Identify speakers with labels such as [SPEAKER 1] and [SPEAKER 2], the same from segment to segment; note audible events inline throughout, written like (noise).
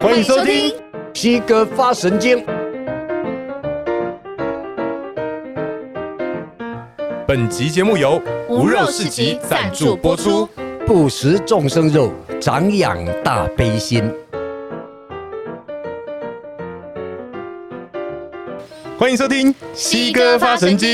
[SPEAKER 1] 欢迎收听《西哥发神经》。
[SPEAKER 2] 本集节目由无肉市集赞助播出。
[SPEAKER 1] 不食众生肉，长养大悲心。
[SPEAKER 2] 欢迎收听《西哥发神经》。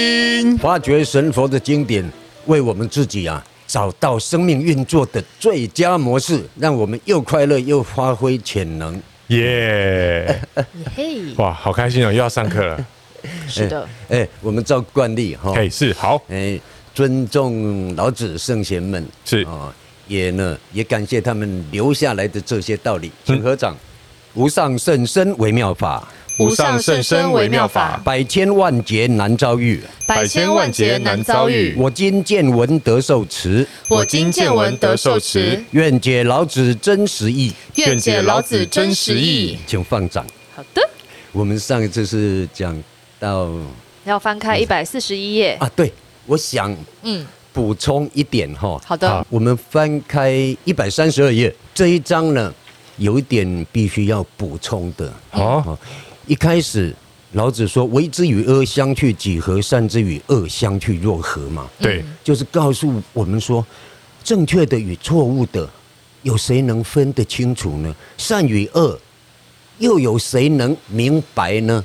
[SPEAKER 1] 发掘神佛的经典，为我们自己啊找到生命运作的最佳模式，让我们又快乐又发挥潜能。
[SPEAKER 2] 耶！
[SPEAKER 3] 嘿，
[SPEAKER 2] 哇，好开心哦，又要上 (laughs) 课了。
[SPEAKER 3] 是的，
[SPEAKER 1] 哎，我们照惯例哈，
[SPEAKER 2] 嘿，是好，
[SPEAKER 1] 哎，尊重老子圣贤们
[SPEAKER 2] 是
[SPEAKER 1] 啊，也呢也感谢他们留下来的这些道理。
[SPEAKER 2] 嗯
[SPEAKER 1] 请合掌，无上甚深微妙法，
[SPEAKER 2] 无上甚深微妙法，
[SPEAKER 1] 百千万劫难遭遇。
[SPEAKER 3] 百千万劫难遭遇。
[SPEAKER 1] 我今见闻得受持，
[SPEAKER 3] 我今见闻得受持，
[SPEAKER 1] 愿解老子真实意。
[SPEAKER 3] 愿解老子真实意。
[SPEAKER 1] 请放掌。
[SPEAKER 3] 好的，
[SPEAKER 1] 我们上一次是讲到
[SPEAKER 3] 要翻开一百四十一页。
[SPEAKER 1] 啊，对，我想
[SPEAKER 3] 嗯，
[SPEAKER 1] 补充一点哈。
[SPEAKER 3] 好的，
[SPEAKER 1] 我们翻开一百三十二页这一章呢，有一点必须要补充的。
[SPEAKER 2] 哦，
[SPEAKER 1] 一开始老子说：“为之与阿相去几何？善之与恶相去若何？”嘛，
[SPEAKER 2] 对，
[SPEAKER 1] 就是告诉我们说，正确的与错误的，有谁能分得清楚呢？善与恶，又有谁能明白呢？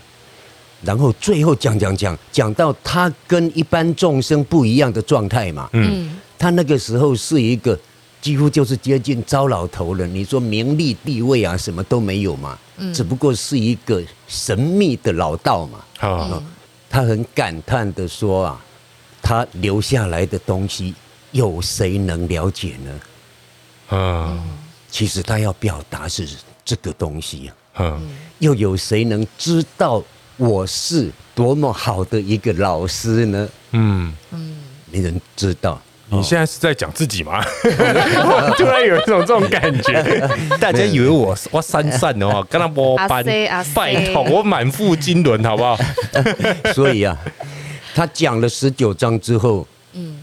[SPEAKER 1] 然后最后讲讲讲讲到他跟一般众生不一样的状态嘛，
[SPEAKER 2] 嗯，
[SPEAKER 1] 他那个时候是一个几乎就是接近糟老头了。你说名利地位啊，什么都没有嘛，只不过是一个神秘的老道嘛。
[SPEAKER 2] 好，
[SPEAKER 1] 他很感叹的说啊，他留下来的东西，有谁能了解呢？
[SPEAKER 2] 嗯
[SPEAKER 1] 其实他要表达是这个东西啊，
[SPEAKER 2] 嗯，
[SPEAKER 1] 又有谁能知道我是多么好的一个老师呢？
[SPEAKER 2] 嗯，
[SPEAKER 1] 没人知道。
[SPEAKER 2] 你现在是在讲自己吗？我 (laughs) 突然有一种这种感觉，哦 (laughs) 大家以为我我三善 (laughs) 哦，跟他波
[SPEAKER 3] 阿
[SPEAKER 2] 班
[SPEAKER 3] 塞阿，塞
[SPEAKER 2] 拜托，我满腹经纶，好不好？
[SPEAKER 1] (laughs) 所以啊，他讲了十九章之后，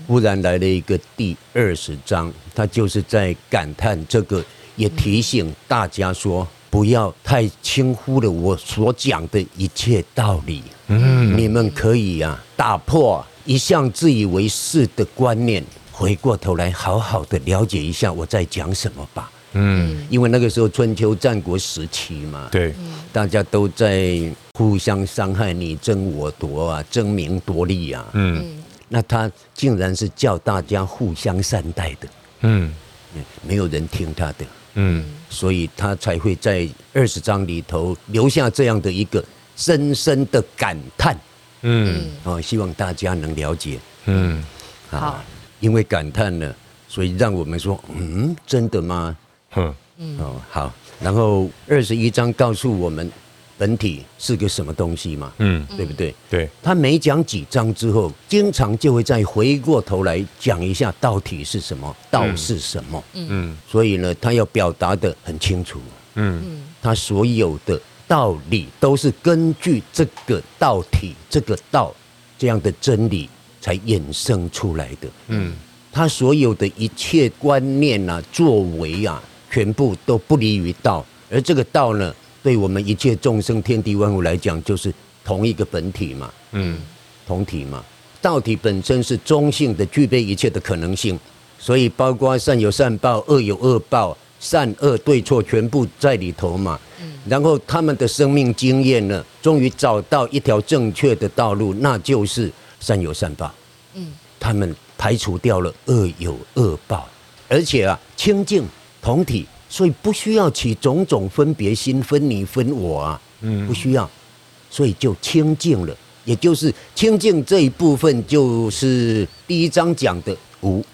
[SPEAKER 1] 忽然来了一个第二十章，他就是在感叹这个，也提醒大家说，不要太轻忽了我所讲的一切道理。嗯，你们可以啊，打破一向自以为是的观念，回过头来好好的了解一下我在讲什么吧。
[SPEAKER 2] 嗯，
[SPEAKER 1] 因为那个时候春秋战国时期嘛，
[SPEAKER 2] 对，
[SPEAKER 1] 大家都在互相伤害，你争我夺啊，争名夺利啊。
[SPEAKER 2] 嗯
[SPEAKER 1] 那他竟然是叫大家互相善待的，
[SPEAKER 2] (laughs) 嗯
[SPEAKER 1] 嗯没有人听他的，
[SPEAKER 2] 嗯，
[SPEAKER 1] 所以他才会在二十章里头留下这样的一个深深的感叹。
[SPEAKER 2] 嗯
[SPEAKER 1] 哦，希望大家能了解啊
[SPEAKER 2] 嗯，
[SPEAKER 3] 好，
[SPEAKER 1] 因为感叹了，所以让我们说，嗯，真的吗？
[SPEAKER 2] 哼，
[SPEAKER 1] 哦，好。然后二十一章告诉我们本体是个什么东西嘛，
[SPEAKER 2] 嗯，
[SPEAKER 1] 对不对？
[SPEAKER 2] 对，
[SPEAKER 1] 他每讲几章之后，经常就会再回过头来讲一下道体是什么，道是什么。
[SPEAKER 2] 嗯
[SPEAKER 1] 所以呢，他要表达的很清楚，
[SPEAKER 2] 嗯
[SPEAKER 1] 他所有的道理都是根据这个道体、这个道这样的真理才衍生出来的。
[SPEAKER 2] 嗯
[SPEAKER 1] 他所有的一切观念啊、作为啊，全部都不离于道，而这个道呢，对我们一切众生、天地万物来讲，就是同一个本体嘛。
[SPEAKER 2] 嗯
[SPEAKER 1] 同体嘛。道体本身是中性的，具备一切的可能性，所以包括善有善报，恶有恶报，善恶对错全部在里头嘛。然后他们的生命经验呢，终于找到一条正确的道路，那就是善有善报。
[SPEAKER 3] 嗯
[SPEAKER 1] 他们排除掉了恶有恶报，而且啊，清净同体，所以不需要起种种分别心，分你分我啊，嗯，不需要，所以就清净了。也就是清净这一部分，就是第一章讲的无，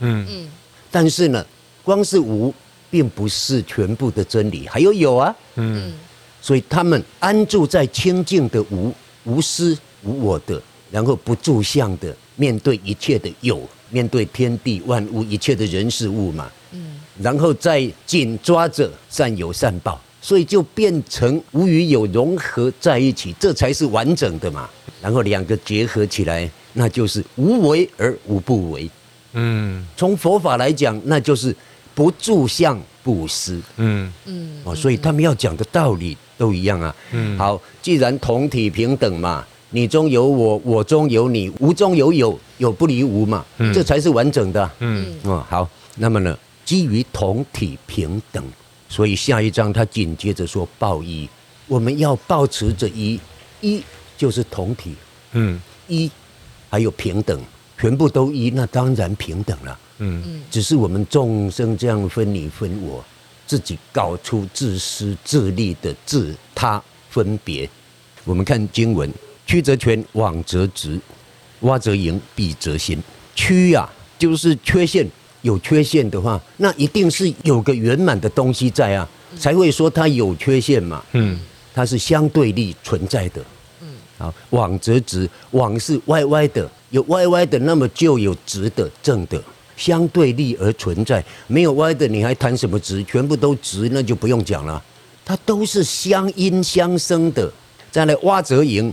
[SPEAKER 2] 嗯
[SPEAKER 1] 但是呢，光是无，并不是全部的真理，还有有啊，
[SPEAKER 2] 嗯
[SPEAKER 1] 所以他们安住在清净的无无私无我的，然后不住相的，面对一切的有，面对天地万物一切的人事物嘛，嗯，然后再紧抓着善有善报，所以就变成无与有融合在一起，这才是完整的嘛。然后两个结合起来，那就是无为而无不为。
[SPEAKER 2] 嗯
[SPEAKER 1] 从佛法来讲，那就是不住相布施。
[SPEAKER 2] 嗯
[SPEAKER 3] 嗯
[SPEAKER 1] 哦，所以他们要讲的道理都一样啊。嗯，好，既然同体平等嘛，你中有我，我中有你，无中有有，有不离无嘛，这才是完整的啊、
[SPEAKER 2] 嗯
[SPEAKER 1] 哦，好，那么呢，基于同体平等，所以下一章他紧接着说报一，我们要保持着一，一就是同体，
[SPEAKER 2] 嗯
[SPEAKER 1] 一还有平等，全部都一，那当然平等了。
[SPEAKER 2] 嗯
[SPEAKER 1] 只是我们众生这样分你分我，自己搞出自私自利的自他分别。我们看经文：曲则全，枉则直，洼则盈，敝则新。曲啊，就是缺陷，有缺陷的话，那一定是有个圆满的东西在啊，才会说它有缺陷嘛。
[SPEAKER 2] 嗯
[SPEAKER 1] 它是相对立存在的。嗯，好，网则直，网是歪歪的，有歪歪的，那么就有直的、正的，相对立而存在。没有歪的，你还谈什么直？全部都直，那就不用讲了。它都是相因相生的。再来，蛙则盈，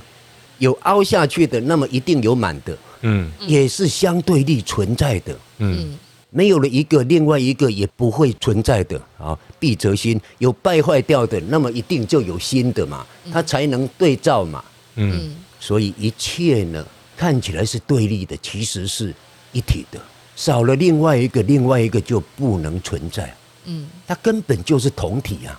[SPEAKER 1] 有凹下去的，那么一定有满的，
[SPEAKER 2] 嗯
[SPEAKER 1] 也是相对立存在的。
[SPEAKER 2] 嗯
[SPEAKER 1] 没有了一个，另外一个也不会存在的啊。必则新，有败坏掉的，那么一定就有新的嘛，它才能对照嘛。
[SPEAKER 2] 嗯
[SPEAKER 3] 嗯
[SPEAKER 1] 所以一切呢，看起来是对立的，其实是一体的。少了另外一个，另外一个就不能存在，
[SPEAKER 3] 嗯
[SPEAKER 1] 它根本就是同体啊。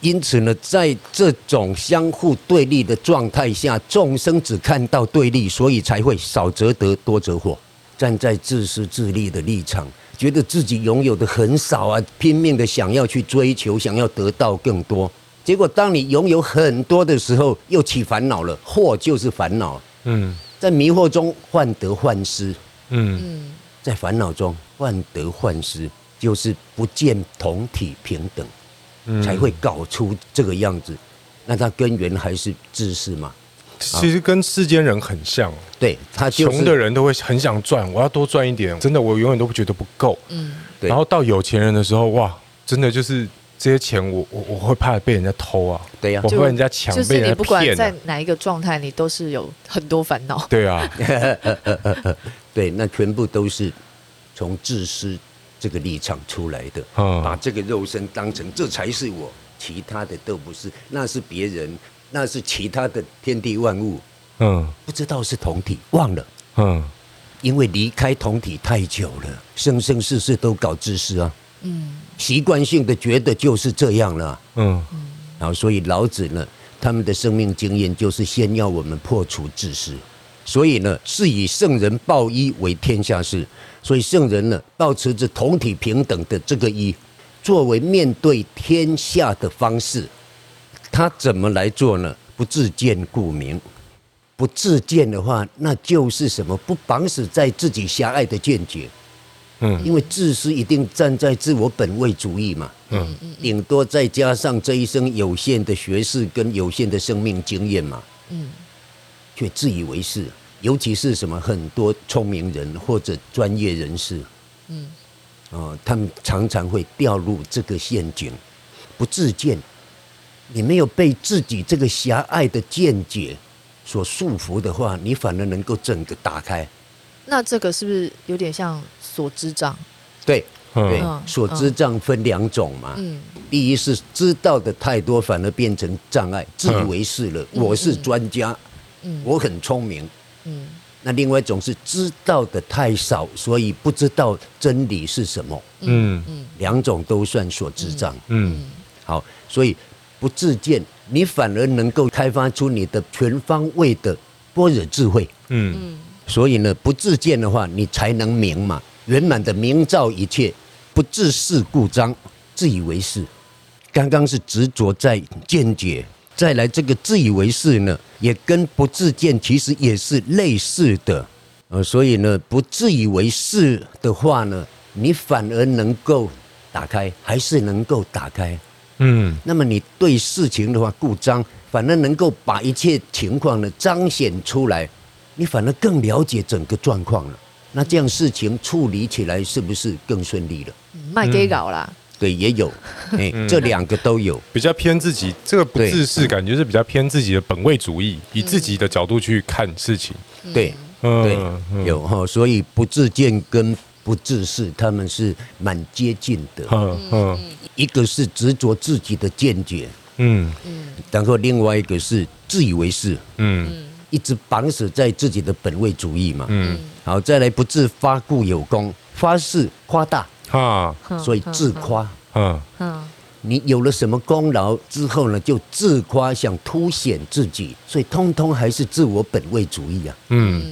[SPEAKER 1] 因此呢，在这种相互对立的状态下，众生只看到对立，所以才会少则得，多则惑。站在自私自利的立场，觉得自己拥有的很少啊，拼命的想要去追求，想要得到更多。结果，当你拥有很多的时候，又起烦恼了。惑就是烦恼，
[SPEAKER 2] 嗯
[SPEAKER 1] 在迷惑中患得患失，
[SPEAKER 2] 嗯
[SPEAKER 3] 嗯
[SPEAKER 1] 在烦恼中患得患失，就是不见同体平等。
[SPEAKER 2] 嗯
[SPEAKER 1] 才会搞出这个样子。那它根源还是知识嘛？
[SPEAKER 2] 其实跟世间人很像，
[SPEAKER 1] 对，它就
[SPEAKER 2] 穷的
[SPEAKER 1] 是
[SPEAKER 2] 人都会很想赚，我要多赚一点，真的我永远都不觉得不够。
[SPEAKER 3] 嗯
[SPEAKER 1] 对
[SPEAKER 2] 然后到有钱人的时候，哇，真的就是这些钱我，我我会怕被人家偷啊，
[SPEAKER 1] 对呀
[SPEAKER 2] 我会被人家抢
[SPEAKER 3] 就，
[SPEAKER 2] 被
[SPEAKER 3] 是你
[SPEAKER 2] 人
[SPEAKER 3] 不
[SPEAKER 2] 家
[SPEAKER 3] 管
[SPEAKER 2] 骗、
[SPEAKER 3] 在
[SPEAKER 2] 啊，
[SPEAKER 3] 哪一个状态，你都是有很多烦恼。
[SPEAKER 2] 对啊，
[SPEAKER 1] (laughs) 对，那全部都是从自私这个立场出来的，
[SPEAKER 2] 嗯
[SPEAKER 1] 把这个肉身当成这才是我，其他的都不是，那是别人，那是其他的天地万物，
[SPEAKER 2] 嗯
[SPEAKER 1] 不知道是同体，忘了，
[SPEAKER 2] 嗯
[SPEAKER 1] 因为离开同体太久了，生生世世都搞自私啊，
[SPEAKER 3] 嗯
[SPEAKER 1] 习惯性的觉得就是这样了啊、
[SPEAKER 2] 嗯
[SPEAKER 1] 然后啊所以老子呢，他们的生命经验就是先要我们破除自私，所以呢，是以圣人报一为天下事。所以圣人呢，保持着同体平等的这个一，作为面对天下的方式，他怎么来做呢？不自见故明。不自见的话，那就是什么？不绑死在自己狭隘的见解，
[SPEAKER 2] 嗯
[SPEAKER 1] 因为自私一定站在自我本位主义嘛。
[SPEAKER 2] 嗯
[SPEAKER 1] 顶多再加上这一生有限的学识跟有限的生命经验嘛，
[SPEAKER 3] 嗯
[SPEAKER 1] 却自以为是。尤其是什么很多聪明人或者专业人士，
[SPEAKER 3] 嗯
[SPEAKER 1] 哦，他们常常会掉入这个陷阱，不自见，你没有被自己这个狭隘的见解所束缚的话，你反而能够整个打开。
[SPEAKER 3] 那这个是不是有点像所知障？
[SPEAKER 1] 对，
[SPEAKER 2] 嗯，
[SPEAKER 1] 对
[SPEAKER 3] 嗯
[SPEAKER 1] 所知障分两种嘛，
[SPEAKER 3] 嗯
[SPEAKER 1] 第一是知道的太多，反而变成障碍，自以为是了。我是专家，
[SPEAKER 3] 嗯
[SPEAKER 1] 我很聪明。
[SPEAKER 3] 嗯
[SPEAKER 1] 那另外一种是知道的太少，所以不知道真理是什么。
[SPEAKER 2] 嗯
[SPEAKER 3] 嗯
[SPEAKER 1] 两种都算所知障。
[SPEAKER 2] 嗯
[SPEAKER 1] 好，所以不自见，你反而能够开发出你的全方位的般若智慧。
[SPEAKER 2] 嗯
[SPEAKER 1] 所以呢，不自见的话，你才能明嘛，圆满的明照一切，不自是故彰，自以为是。刚刚是执着在见解，再来这个自以为是呢，也跟不自见其实也是类似的。呃，所以呢，不自以为是的话呢，你反而能够打开，还是能够打开。
[SPEAKER 2] 嗯
[SPEAKER 1] 那么你对事情的话，故彰反而能够把一切情况呢彰显出来，你反而更了解整个状况了。那这样事情处理起来是不是更顺利了？
[SPEAKER 3] 嗯，卖给搞啦。
[SPEAKER 1] 对，也有，哎、这两个都有。
[SPEAKER 2] 比较偏自己，这个不
[SPEAKER 1] 对
[SPEAKER 2] 自私感觉是比较偏自己的本位主义，以自己的角度去看事情。
[SPEAKER 1] 对，
[SPEAKER 2] 嗯
[SPEAKER 1] 对，有哈，所以不自见跟不自私，他们是蛮接近的。
[SPEAKER 2] 嗯嗯
[SPEAKER 1] 一个是执着自己的见解，
[SPEAKER 2] 嗯
[SPEAKER 1] 然后另外一个是自以为是，
[SPEAKER 2] 嗯
[SPEAKER 1] 一直绑死在自己的本位主义嘛。
[SPEAKER 2] 嗯，
[SPEAKER 1] 好，再来不自发故有功，发是夸大，
[SPEAKER 2] 哈
[SPEAKER 3] 哼
[SPEAKER 1] 所以自，夸。
[SPEAKER 2] 嗯
[SPEAKER 3] 哼
[SPEAKER 1] 你有了什么功劳之后呢，就自夸，想凸显自己，所以通通还是自我本位主义啊。
[SPEAKER 2] 嗯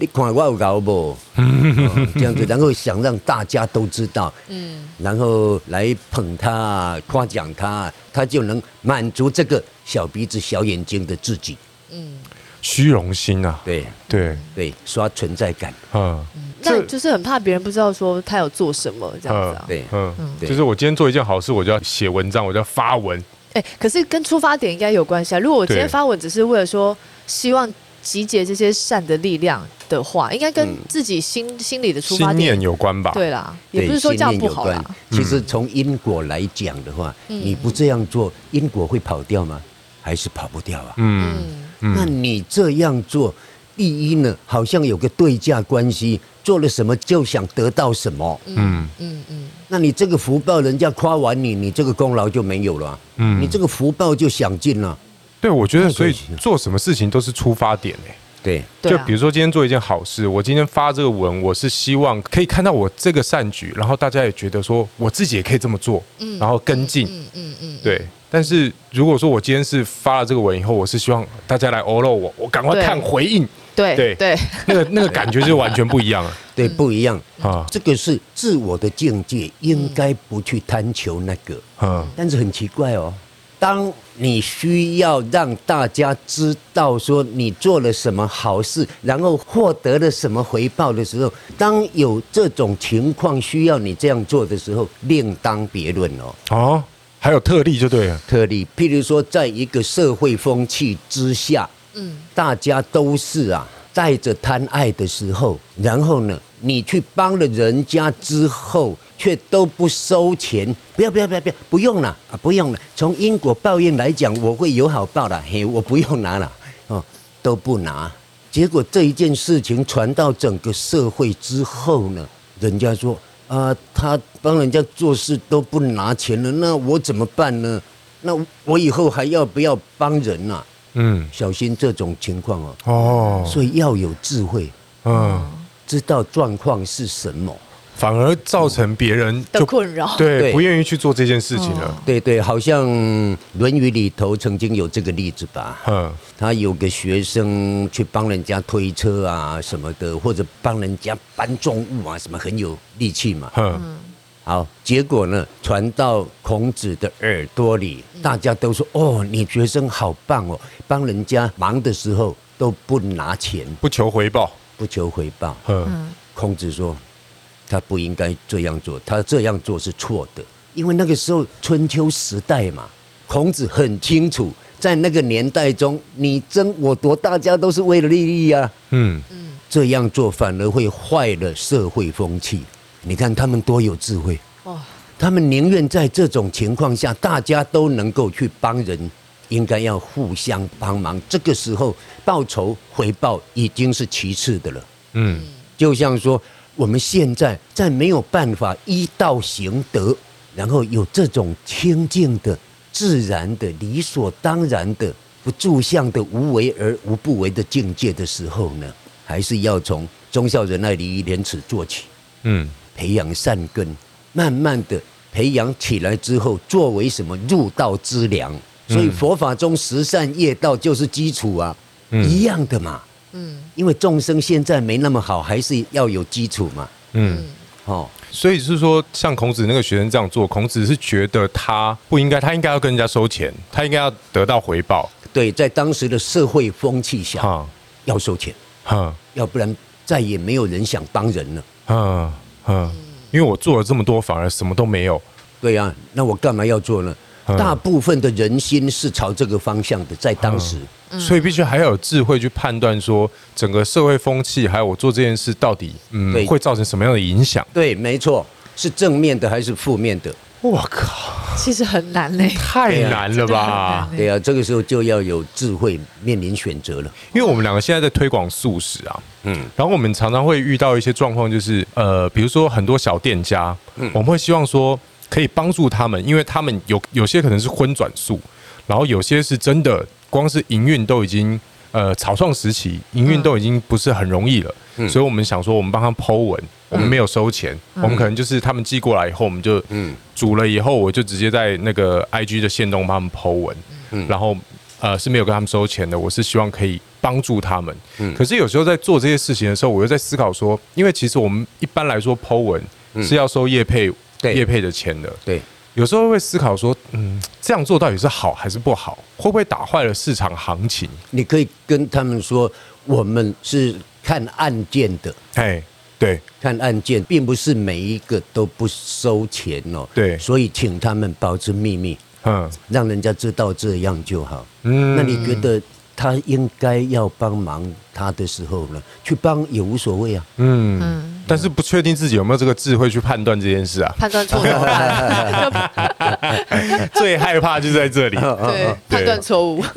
[SPEAKER 1] 你看我有搞不？哦这样子，然后想让大家都知道，
[SPEAKER 3] 嗯
[SPEAKER 1] 然后来捧他、夸奖他，他就能满足这个小鼻子、小眼睛的自己。
[SPEAKER 3] 嗯，
[SPEAKER 2] 虚荣心啊，
[SPEAKER 1] 对
[SPEAKER 2] 对，
[SPEAKER 1] 对，刷存在感。
[SPEAKER 2] 嗯
[SPEAKER 3] 那就是很怕别人不知道说他有做什么这样子啊。
[SPEAKER 1] 对
[SPEAKER 2] 嗯，
[SPEAKER 1] 对
[SPEAKER 2] 就是我今天做一件好事，我就要写文章，我就要发文，
[SPEAKER 3] 哎、可是跟出发点应该有关系啊。如果我今天
[SPEAKER 2] 对
[SPEAKER 3] 发文只是为了说希望集结这些善的力量的话，应该跟自己心、心里的出发
[SPEAKER 2] 嗯心
[SPEAKER 3] 点
[SPEAKER 2] 念有关吧？
[SPEAKER 3] 对啦，也
[SPEAKER 1] 对，
[SPEAKER 3] 不是说这样
[SPEAKER 1] 信
[SPEAKER 3] 不
[SPEAKER 1] 念有
[SPEAKER 3] 好
[SPEAKER 1] 关。
[SPEAKER 3] 啦。嗯
[SPEAKER 1] 其实从因果来讲的话，你不这样做，因果会跑掉吗？还是跑不掉啊？
[SPEAKER 2] 嗯
[SPEAKER 1] 那你这样做，第一呢，好像有个对价关系，做了什么就想得到什么。
[SPEAKER 2] 嗯
[SPEAKER 3] 嗯嗯
[SPEAKER 1] 那你这个福报，人家夸完你，你这个功劳就没有了啊、
[SPEAKER 2] 嗯
[SPEAKER 1] 你这个福报就享尽了。啊
[SPEAKER 2] 对，我觉得所以
[SPEAKER 1] 可惜了
[SPEAKER 2] 做什么事情都是出发点诶、
[SPEAKER 1] 对，
[SPEAKER 3] 对啊
[SPEAKER 2] 就比如说今天做一件好事，我今天发这个文，我是希望可以看到我这个善举，然后大家也觉得说我自己也可以这么做，
[SPEAKER 3] 嗯
[SPEAKER 2] 然后跟进，
[SPEAKER 3] 嗯嗯嗯，
[SPEAKER 2] 对。但是如果说我今天是发了这个文以后，我是希望大家来哦喽我，我赶快
[SPEAKER 3] 对
[SPEAKER 2] 看回应，
[SPEAKER 3] 对
[SPEAKER 2] 对
[SPEAKER 3] 对，
[SPEAKER 2] 那个
[SPEAKER 3] (laughs)
[SPEAKER 2] 那个感觉就完全不一样了
[SPEAKER 3] 嗯
[SPEAKER 1] 对，不一样。
[SPEAKER 2] 啊，
[SPEAKER 1] 这个是自我的境界，应该不去贪求那个。
[SPEAKER 2] 嗯
[SPEAKER 1] 但是很奇怪哦，当你需要让大家知道说你做了什么好事，然后获得了什么回报的时候，当有这种情况需要你这样做的时候，另当别论哦。
[SPEAKER 2] 哦，还有特例就对了，
[SPEAKER 1] 特例，譬如说，在一个社会风气之下，
[SPEAKER 3] 嗯
[SPEAKER 1] 大家都是啊，带着贪爱的时候，然后呢，你去帮了人家之后，却都不收钱，不要不要不要不要，不用了啊，不用了。从因果报应来讲，我会有好报的，嘿，我不用拿了，哦，都不拿。结果这一件事情传到整个社会之后呢，人家说啊、他帮人家做事都不拿钱了，那我怎么办呢？那我以后还要不要帮人啊？
[SPEAKER 2] 嗯
[SPEAKER 1] 小心这种情况哦。
[SPEAKER 2] 哦，
[SPEAKER 1] 所以要有智慧，
[SPEAKER 3] 哦
[SPEAKER 2] 嗯，
[SPEAKER 1] 知道状况是什么。
[SPEAKER 2] 反而造成别人
[SPEAKER 3] 的
[SPEAKER 2] 就
[SPEAKER 3] 困扰。
[SPEAKER 2] 对
[SPEAKER 1] 对
[SPEAKER 2] 不愿意去做这件事情了，
[SPEAKER 1] 对对，好像《嗯论语》里头曾经有这个例子
[SPEAKER 3] 哦
[SPEAKER 1] 吧？
[SPEAKER 2] 嗯
[SPEAKER 1] 他有个学生去帮人家推车啊什么的，或者帮人家搬重物啊什么，很有力气嘛。
[SPEAKER 2] 嗯
[SPEAKER 1] 好，结果呢传到孔子的耳朵里，大家都说：“哦，你学生好棒哦，帮人家忙的时候都不拿钱，
[SPEAKER 2] 不求回报，
[SPEAKER 1] 不求回报。”
[SPEAKER 2] 嗯
[SPEAKER 3] 嗯
[SPEAKER 1] 孔子说，他不应该这样做，他这样做是错的，因为那个时候春秋时代嘛，孔子很清楚，在那个年代中，你争我夺，大家都是为了利益啊，
[SPEAKER 2] 嗯
[SPEAKER 1] 这样做反而会坏了社会风气。你看他们多有智慧，
[SPEAKER 3] 哦，
[SPEAKER 1] 他们宁愿在这种情况下，大家都能够去帮人，应该要互相帮忙。这个时候，报酬回报已经是其次的了。
[SPEAKER 2] 嗯
[SPEAKER 1] 就像说，我们现在在没有办法依道行德，然后有这种清净的、自然的、理所当然的、不住相的无为而无不为的境界的时候呢，还是要从忠孝仁爱礼义廉耻做起，
[SPEAKER 2] 嗯
[SPEAKER 1] 培养善根，慢慢的培养起来之后，作为什么入道之良。所以佛法中十善业道就是基础啊，一样的嘛。
[SPEAKER 3] 嗯
[SPEAKER 1] 因为众生现在没那么好，还是要有基础嘛。
[SPEAKER 2] 嗯。
[SPEAKER 1] 哦，
[SPEAKER 2] 所以是说，像孔子那个学生这样做，孔子是觉得他不应该，他应该要跟人家收钱，他应该要得到回报。
[SPEAKER 1] 对，在当时的社会风气下，
[SPEAKER 2] 哈
[SPEAKER 1] 要收钱，
[SPEAKER 2] 哈
[SPEAKER 1] 要不然再也没有人想帮人了。
[SPEAKER 2] 哈哈！因为我做了这么多，反而什么都没有。
[SPEAKER 1] 对呀、啊，那我干嘛要做呢？
[SPEAKER 2] 嗯
[SPEAKER 1] 大部分的人心是朝这个方向的，在当时，
[SPEAKER 2] 所以必须还要有智慧去判断说整个社会风气，还有我做这件事到底嗯
[SPEAKER 1] 对
[SPEAKER 2] 会造成什么样的影响。
[SPEAKER 1] 对，没错，是正面的还是负面的？
[SPEAKER 2] 我靠！
[SPEAKER 3] 其实很难嘞。
[SPEAKER 2] 太难了吧？
[SPEAKER 1] 对啊，这个时候就要有智慧面临选择了。
[SPEAKER 2] 因为我们两个现在在推广素食啊，嗯，然后我们常常会遇到一些状况，就是呃，比如说很多小店家，我们会希望说可以帮助他们，因为他们有有些可能是荤转素，然后有些是真的光是营运都已经呃草创时期，营运都已经不是很容易了，所以我们想说我们帮他 Po 文。我们没有收钱，我们可能就是他们寄过来以后，我们就煮了以后，我就直接在那个 IG 的线动帮他们 Po 文，然后呃是没有跟他们收钱的，我是希望可以帮助他们。
[SPEAKER 1] 嗯
[SPEAKER 2] 可是有时候在做这些事情的时候，我又在思考说，因为其实我们一般来说 Po 文是要收业配
[SPEAKER 1] 嗯对
[SPEAKER 2] 业配的钱的，
[SPEAKER 1] 对，
[SPEAKER 2] 有时候会思考说，嗯，这样做到底是好还是不好？会不会打坏了市场行情？
[SPEAKER 1] 你可以跟他们说，我们是看案件的，
[SPEAKER 2] 哎，对，
[SPEAKER 1] 看案件，并不是每一个都不收钱哦。
[SPEAKER 2] 对
[SPEAKER 1] 所以请他们保持秘密，
[SPEAKER 2] 嗯，
[SPEAKER 1] 让人家知道这样就好。
[SPEAKER 2] 嗯
[SPEAKER 1] 那你觉得他应该要帮忙他的时候呢，去帮也无所谓啊。
[SPEAKER 2] 嗯，但是不确定自己有没有这个智慧去判断这件事
[SPEAKER 1] (laughs)
[SPEAKER 2] 啊。 (laughs)
[SPEAKER 3] 判断错怎么办？
[SPEAKER 2] 最害怕就在这里，
[SPEAKER 1] 哦
[SPEAKER 3] 对，判断错误。 (laughs)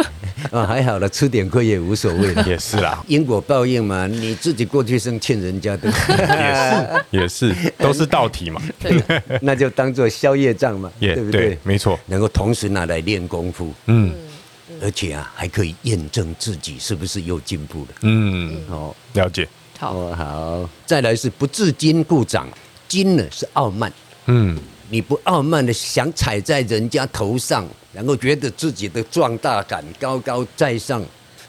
[SPEAKER 1] 啊，还好了，吃点亏也无所谓啊
[SPEAKER 2] (laughs) 也是啦，
[SPEAKER 1] 因果报应嘛，你自己过去生欠人
[SPEAKER 2] (laughs)
[SPEAKER 1] 家的， (laughs)
[SPEAKER 2] 也是，都是道题嘛，
[SPEAKER 3] 对，
[SPEAKER 1] 那就当做宵夜账嘛
[SPEAKER 2] 也
[SPEAKER 1] 对不
[SPEAKER 2] 对
[SPEAKER 1] 对？，
[SPEAKER 2] 没错，
[SPEAKER 1] 能够同时拿来练功夫，
[SPEAKER 2] 嗯
[SPEAKER 1] 而且啊，还可以验证自己是不是又进步了。
[SPEAKER 2] 嗯，
[SPEAKER 1] 哦，
[SPEAKER 2] 了解，
[SPEAKER 3] 好，
[SPEAKER 1] 哦好，再来是不自矜故长，矜呢是傲慢，
[SPEAKER 2] 嗯，
[SPEAKER 1] 你不傲慢的想踩在人家头上，然后觉得自己的壮大感高高在上，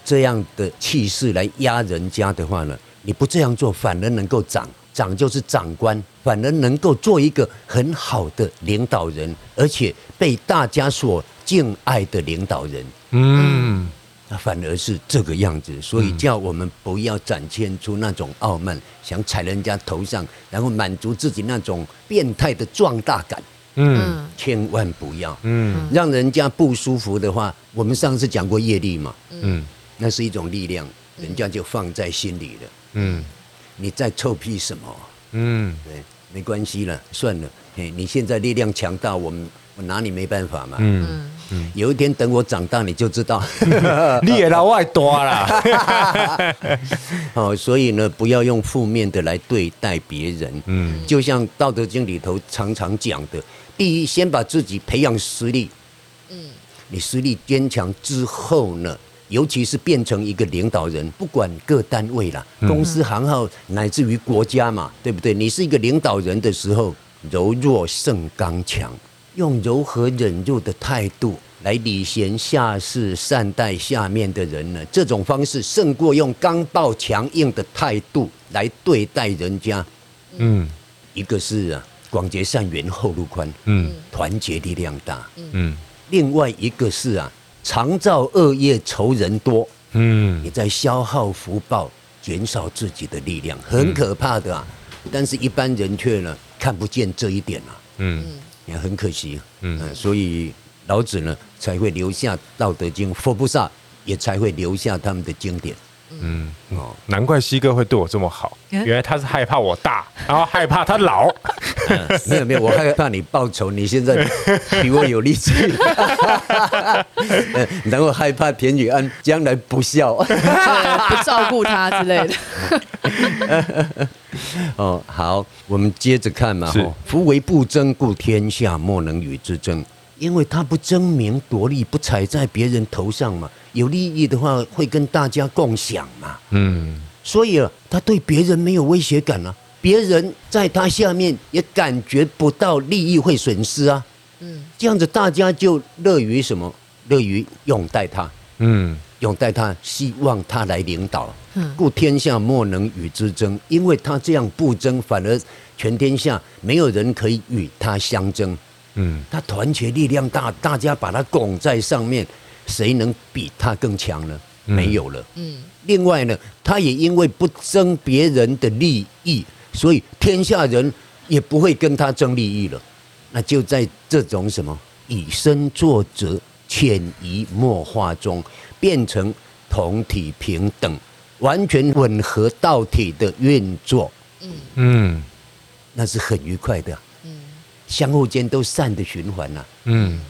[SPEAKER 1] 这样的气势来压人家的话呢，你不这样做，反而能够长。长就是长官，反而能够做一个很好的领导人，而且被大家所敬爱的领导人。
[SPEAKER 2] 嗯，
[SPEAKER 1] 那反而是这个样子，所以叫我们不要展现出那种傲慢，想踩人家头上，然后满足自己那种变态的壮大感，
[SPEAKER 2] 嗯，
[SPEAKER 3] 嗯
[SPEAKER 1] 千万不要。
[SPEAKER 2] 嗯，
[SPEAKER 1] 让人家不舒服的话，我们上次讲过业力嘛，
[SPEAKER 2] 嗯，
[SPEAKER 1] 那是一种力量，人家就放在心里了。
[SPEAKER 2] 嗯，
[SPEAKER 1] 你在臭屁什么？
[SPEAKER 2] 嗯，
[SPEAKER 1] 对，没关系了，算了。嘿，你现在力量强大，我们我拿你没办法嘛。
[SPEAKER 2] 嗯，
[SPEAKER 1] 有一天等我长大，你就知
[SPEAKER 2] (laughs)
[SPEAKER 1] 道。
[SPEAKER 2] 你也老外多啦，
[SPEAKER 1] (laughs) 哦，所以呢，不要用负面的来对待别人。
[SPEAKER 2] 嗯，
[SPEAKER 1] 就像《道德经》里头常常讲的，第一，先把自己培养实力。你实力坚强之后呢，尤其是变成一个领导人，不管各单位啦、公司、行号，乃至于国家嘛，对不对？你是一个领导人的时候，柔弱胜刚强，用柔和忍辱的态度来礼贤下士、善待下面的人呢，这种方式胜过用刚暴强硬的态度来对待人家。
[SPEAKER 2] 嗯
[SPEAKER 1] 一个是啊，广结善缘，后路宽，
[SPEAKER 2] (laughs) 嗯
[SPEAKER 1] 团结力量大。
[SPEAKER 2] 嗯
[SPEAKER 1] 另外一个是啊，常造恶业，仇人多，
[SPEAKER 2] 嗯
[SPEAKER 1] 你在消耗福报，减少自己的力量，很可怕的啊。但是，一般人却呢看不见这一点啊，
[SPEAKER 2] 嗯
[SPEAKER 1] 也很可惜。
[SPEAKER 2] 嗯
[SPEAKER 1] 嗯、所以老子呢才会留下《道德经》，佛菩萨也才会留下他们的经典。
[SPEAKER 2] 嗯，
[SPEAKER 1] 哦，
[SPEAKER 2] 难怪西哥会对我这么好，原来他是害怕我大，然后害怕他老，
[SPEAKER 1] 嗯没有没有，我害怕你报仇，你现在比我有力气， (laughs) 嗯然后害怕田雨安将来不孝。
[SPEAKER 3] 对，不照顾他之类的。
[SPEAKER 1] (laughs) 哦，好，我们接着看嘛。
[SPEAKER 2] 是
[SPEAKER 1] 吼夫为不争，故天下莫能与之争。因为他不争名夺利，不踩在别人头上嘛，有利益的话会跟大家共享嘛。
[SPEAKER 2] 嗯
[SPEAKER 1] 所以啊，他对别人没有威胁感啊，别人在他下面也感觉不到利益会损失啊。
[SPEAKER 3] 嗯
[SPEAKER 1] 这样子大家就乐于什么？乐于拥戴他。
[SPEAKER 2] 嗯
[SPEAKER 1] 永待他，希望他来领导
[SPEAKER 3] 嗯，
[SPEAKER 1] 故天下莫能与之争。因为他这样不争，反而全天下没有人可以与他相争。
[SPEAKER 2] 嗯
[SPEAKER 1] 他团结力量大，大家把他拱在上面，谁能比他更强呢？没有了。
[SPEAKER 3] 嗯
[SPEAKER 1] 另外呢，他也因为不争别人的利益，所以天下人也不会跟他争利益了。那就在这种什么以身作则、潜移默化中，变成同体平等、完全吻合道体的运作，
[SPEAKER 2] 嗯
[SPEAKER 1] 那是很愉快的啊。
[SPEAKER 3] 嗯
[SPEAKER 1] 相互间都善的循环呐、啊
[SPEAKER 2] 嗯，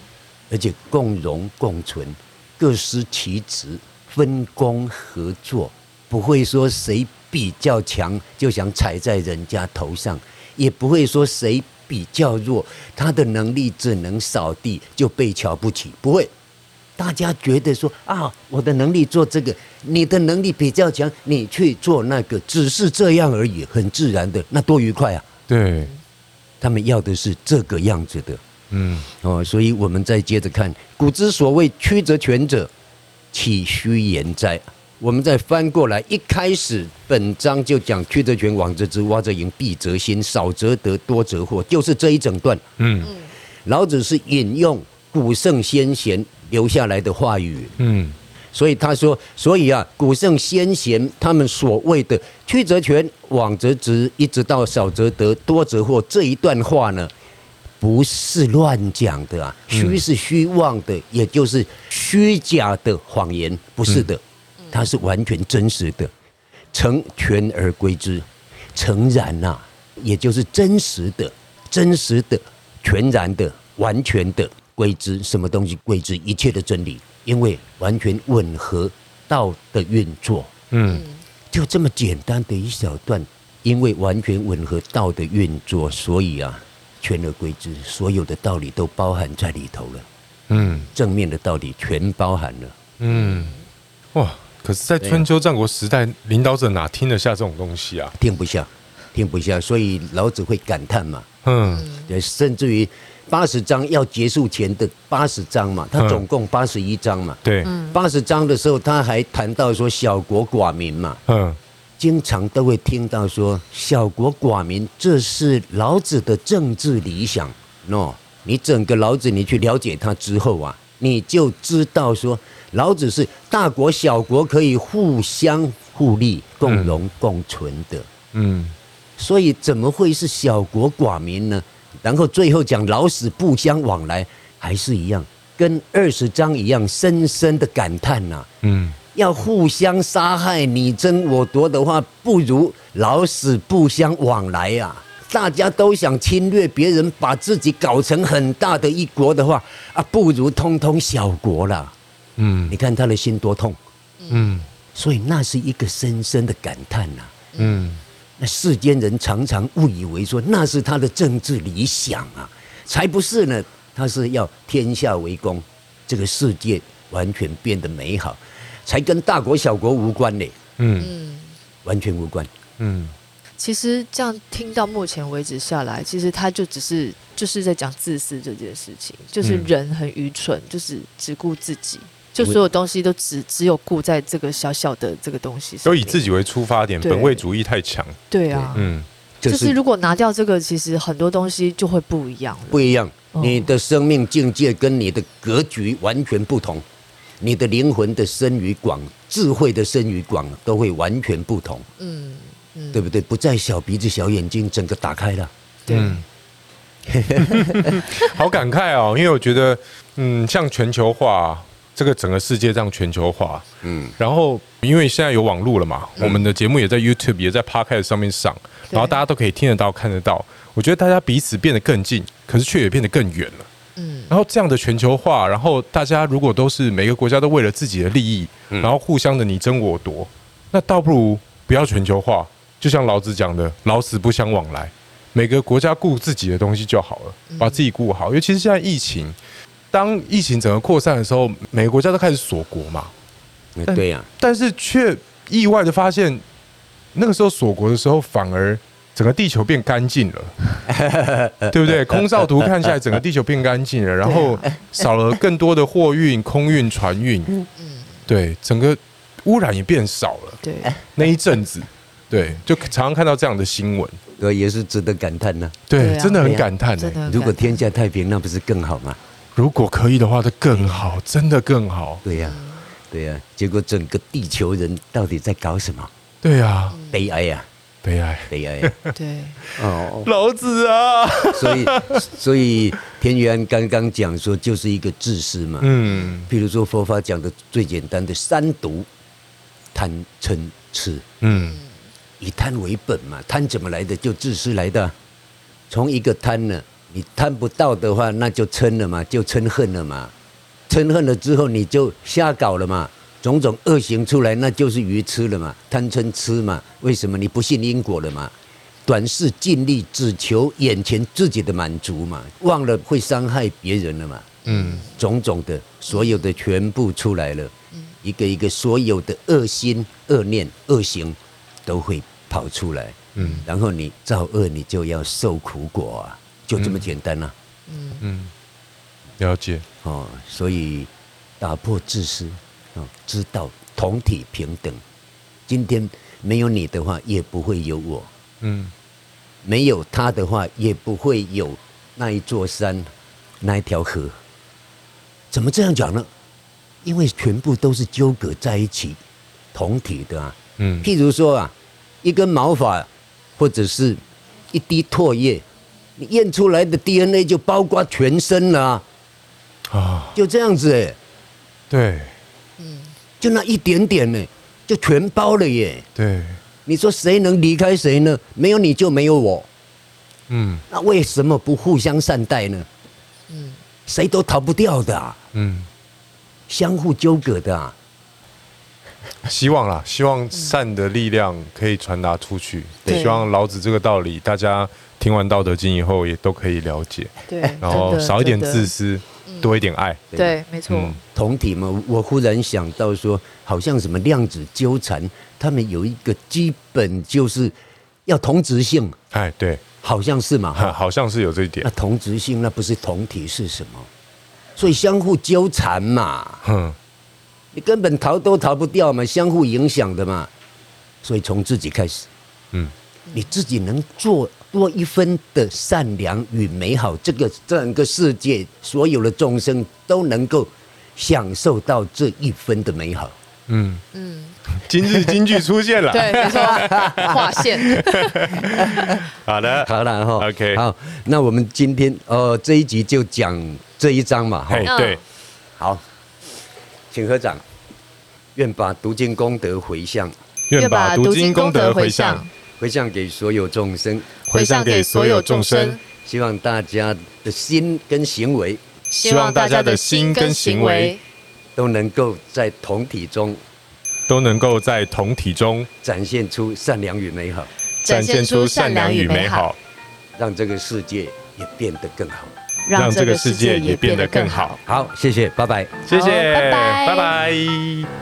[SPEAKER 1] 而且共荣共存，各司其职，分工合作，不会说谁比较强就想踩在人家头上，也不会说谁比较弱，他的能力只能扫地就被瞧不起，不会。大家觉得说啊，我的能力做这个，你的能力比较强，你去做那个，只是这样而已，很自然的，那多愉快啊！
[SPEAKER 2] 对，
[SPEAKER 1] 他们要的是这个样子的。
[SPEAKER 2] 嗯
[SPEAKER 1] 哦，所以我们再接着看，古之所谓曲则全者，岂须言哉？我们再翻过来，一开始本章就讲曲则全，枉则直，洼则盈，必则新，少则得，多则惑，就是这一整段。
[SPEAKER 2] 嗯
[SPEAKER 1] 老子是引用古圣先贤留下来的话语，
[SPEAKER 2] 嗯
[SPEAKER 1] 所以他说，所以啊，古圣先贤他们所谓的“曲则全，枉则直，一直到少则得，多则惑”这一段话呢，不是乱讲的啊，虚是虚妄的，也就是虚假的谎言，不是的，它是完全真实的，成全而归之，诚然呐、也就是真实的、真实的、全然的、完全的归之，什么东西归之？一切的真理，因为完全吻合道的运作，
[SPEAKER 2] 嗯
[SPEAKER 1] 就这么简单的一小段，因为完全吻合道的运作，所以啊，全而归之，所有的道理都包含在里头了，
[SPEAKER 2] 嗯
[SPEAKER 1] 正面的道理全包含了。
[SPEAKER 2] 嗯，哇！可是，在春秋战国时代，领导者哪听得下这种东西啊？
[SPEAKER 1] 听不下，听不下，所以老子会感叹嘛，
[SPEAKER 2] 嗯
[SPEAKER 1] 对，甚至于八十章要结束前的八十章嘛，他
[SPEAKER 2] 嗯
[SPEAKER 1] 总共八十一章嘛，
[SPEAKER 2] 对，
[SPEAKER 1] 八十章的时候他还谈到说小国寡民嘛，
[SPEAKER 2] 嗯
[SPEAKER 1] 经常都会听到说小国寡民，这是老子的政治理想。no，你整个老子你去了解他之后啊，你就知道说老子是大国小国可以互相互利、共荣共存的。
[SPEAKER 2] 嗯
[SPEAKER 1] 所以怎么会是小国寡民呢？然后最后讲老死不相往来，还是一样，跟二十章一样，深深的感叹呐、
[SPEAKER 2] 嗯
[SPEAKER 1] 要互相杀害，你争我夺的话，不如老死不相往来呀、啊。大家都想侵略别人，把自己搞成很大的一国的话，啊，不如通通小国啦。
[SPEAKER 2] 嗯
[SPEAKER 1] 你看他的心多痛，
[SPEAKER 2] 嗯
[SPEAKER 1] 所以那是一个深深的感叹啊呐、
[SPEAKER 2] 嗯
[SPEAKER 1] 那世间人常常误以为说那是他的政治理想啊，才不是呢，他是要天下为公，这个世界完全变得美好，才跟大国小国无关嘞，
[SPEAKER 2] 嗯
[SPEAKER 1] 完全无关。
[SPEAKER 2] 嗯
[SPEAKER 3] 其实这样听到目前为止下来，其实他就只是就是在讲自私这件事情，就是
[SPEAKER 2] 嗯
[SPEAKER 3] 人很愚蠢，就是只顾自己，就
[SPEAKER 1] 我
[SPEAKER 3] 所有东西都只只有顾在这个小小的这个东西上
[SPEAKER 2] 都
[SPEAKER 3] 面，
[SPEAKER 2] 以自己为出发点，
[SPEAKER 3] 对
[SPEAKER 2] 本位主义太强。
[SPEAKER 3] 对啊。
[SPEAKER 2] 嗯
[SPEAKER 3] 就是如果拿掉这个，其实很多东西就会不一样了。
[SPEAKER 1] 不一样，
[SPEAKER 3] 哦
[SPEAKER 1] 你的生命境界跟你的格局完全不同，你的灵魂的深与广、智慧的深与广都会完全不同，
[SPEAKER 3] 嗯，
[SPEAKER 1] 对不对？不再小鼻子小眼睛，整个打开了。
[SPEAKER 3] 对，
[SPEAKER 2] 嗯，好感慨哦，因为我觉得，嗯，像全球化这个整个世界这样全球化，嗯，然后因为现在有网络了嘛，我们的节目也在 YouTube 也在 Podcast 上面上，
[SPEAKER 3] 对
[SPEAKER 2] 然后大家都可以听得到、看得到。我觉得大家彼此变得更近，可是却也变得更远了。
[SPEAKER 3] 嗯，
[SPEAKER 2] 然后这样的全球化，然后大家如果都是每个国家都为了自己的利益，然后互相的你争我夺，那倒不如不要全球化。就像老子讲的“老死不相往来”，每个国家顾自己的东西就好
[SPEAKER 3] 嗯
[SPEAKER 2] 了，把自己顾好。尤其是现在疫情，当疫情整个扩散的时候，每个国家都开始锁国嘛，
[SPEAKER 1] 嗯
[SPEAKER 2] 但
[SPEAKER 1] 对呀、
[SPEAKER 2] 但是却意外的发现，那个时候锁国的时候，反而整个地球变干净了，
[SPEAKER 3] (laughs)
[SPEAKER 2] 对不对？空照图看下来，整个地球变干净了，然后少了更多的货运、空运、船
[SPEAKER 3] 嗯
[SPEAKER 2] 运，对，整个污染也变少了。
[SPEAKER 3] 对，
[SPEAKER 2] 那一阵子，对，就常常看到这样的新闻，
[SPEAKER 1] 对，也是值得感叹呢、
[SPEAKER 2] 对，
[SPEAKER 3] 对啊
[SPEAKER 2] 真的很感叹、欸。
[SPEAKER 3] 真的。
[SPEAKER 1] 如果天下太平，那不是更好吗？
[SPEAKER 2] 如果可以的话，那更好，真的更好。
[SPEAKER 1] 对呀、对呀、结果整个地球人到底在搞什么？
[SPEAKER 2] 对啊，
[SPEAKER 1] 悲哀呀、
[SPEAKER 2] 悲哀，
[SPEAKER 1] 悲哀、呀
[SPEAKER 3] 对，
[SPEAKER 1] 哦，
[SPEAKER 2] 老子啊，
[SPEAKER 1] 啊所以，所以田园刚刚讲说，就是一个自私嘛。
[SPEAKER 2] 嗯
[SPEAKER 1] 譬如说佛法讲的最简单的三毒，贪嗔痴，
[SPEAKER 2] 嗯
[SPEAKER 1] 以贪为本嘛，贪怎么来的？就自私来的啊。从一个贪呢，你贪不到的话，那就嗔了嘛，就嗔恨了嘛。嗔恨了之后，你就瞎搞了嘛，种种恶行出来，那就是愚痴了嘛，贪嗔痴嘛。为什么你不信因果了嘛？短视尽力，只求眼前自己的满足嘛，忘了会伤害别人了嘛。嗯，种种的所有的全部出来了，一个一个所有的恶心、恶念、恶行都会跑出来。嗯，然后你造恶，你就要受苦果啊，就这么简单啊。
[SPEAKER 2] 了解，
[SPEAKER 1] 哦，所以打破自私，哦，知道同体平等。今天没有你的话，也不会有我；
[SPEAKER 2] 嗯
[SPEAKER 1] 没有他的话，也不会有那一座山，那一条河。怎么这样讲呢？因为全部都是纠葛在一起，同体的啊。
[SPEAKER 2] 嗯
[SPEAKER 1] 譬如说啊，一根毛发，或者是一滴唾液，你验出来的 DNA 就包括全身了、啊，
[SPEAKER 2] 啊，
[SPEAKER 1] 就这样子、欸。
[SPEAKER 2] 对
[SPEAKER 1] 就那一点点呢，就全包了耶。
[SPEAKER 2] 对，
[SPEAKER 1] 你说谁能离开谁呢？没有你就没有我，
[SPEAKER 2] 嗯
[SPEAKER 1] 那为什么不互相善待呢？谁都逃不掉的、啊，
[SPEAKER 2] 嗯，
[SPEAKER 1] 相互纠葛的、啊。
[SPEAKER 2] 希望啦，希望善的力量可以传达出去，
[SPEAKER 3] 对
[SPEAKER 2] 希望老子这个道理，大家听完《道德经》以后也都可以了解，
[SPEAKER 3] 对，
[SPEAKER 2] (laughs) 然后
[SPEAKER 3] 真的
[SPEAKER 2] 哦少一点自，
[SPEAKER 3] 真
[SPEAKER 2] 私，多一点爱，
[SPEAKER 3] 的对，没错，
[SPEAKER 2] 嗯
[SPEAKER 1] 同体嘛，我忽然想到说，好像什么量子纠缠，他们有一个基本就是要同质性，
[SPEAKER 2] 哎，对，
[SPEAKER 1] 好像是嘛。哈
[SPEAKER 2] 好好像是有这一点
[SPEAKER 1] 那，同质性那不是同体是什么？所以相互纠缠嘛。
[SPEAKER 2] 哼，
[SPEAKER 1] 你根本逃都逃不掉嘛，相互影响的嘛。所以从自己开始，
[SPEAKER 2] 嗯
[SPEAKER 1] 你自己能做多一分的善良与美好，这个整个世界所有的众生都能够享受到这一分的美好。
[SPEAKER 2] 嗯嗯，今日金句出现了，
[SPEAKER 3] 对，没错，划线，
[SPEAKER 2] 好的，
[SPEAKER 1] 好了哈
[SPEAKER 2] OK
[SPEAKER 1] 好，那我们今天呃这一集就讲这一章嘛哈
[SPEAKER 2] 嘿，。对
[SPEAKER 3] 嗯，
[SPEAKER 1] 好，请合掌，愿把读经功德回向，
[SPEAKER 2] 愿把读经功德回向
[SPEAKER 3] 向，，
[SPEAKER 1] 回向给所有众生。
[SPEAKER 2] 回向给所有众生，
[SPEAKER 1] 希望大家的心跟行为
[SPEAKER 3] 希望大家的心跟行为
[SPEAKER 1] 都能够在同体中
[SPEAKER 2] 都能够在同体中
[SPEAKER 1] 展现出善良与美好，
[SPEAKER 2] 展
[SPEAKER 3] 展
[SPEAKER 2] 现
[SPEAKER 3] 现
[SPEAKER 2] 出
[SPEAKER 3] 出
[SPEAKER 2] 善
[SPEAKER 3] 善
[SPEAKER 2] 良
[SPEAKER 3] 良
[SPEAKER 2] 与
[SPEAKER 3] 与
[SPEAKER 2] 美
[SPEAKER 3] 美
[SPEAKER 2] 好
[SPEAKER 3] 好，
[SPEAKER 1] 让这个世界也变得更好。
[SPEAKER 2] 让这个世界也变得更好。。
[SPEAKER 1] 好，谢谢，拜拜。
[SPEAKER 2] 谢谢，
[SPEAKER 3] 好拜拜
[SPEAKER 2] 拜拜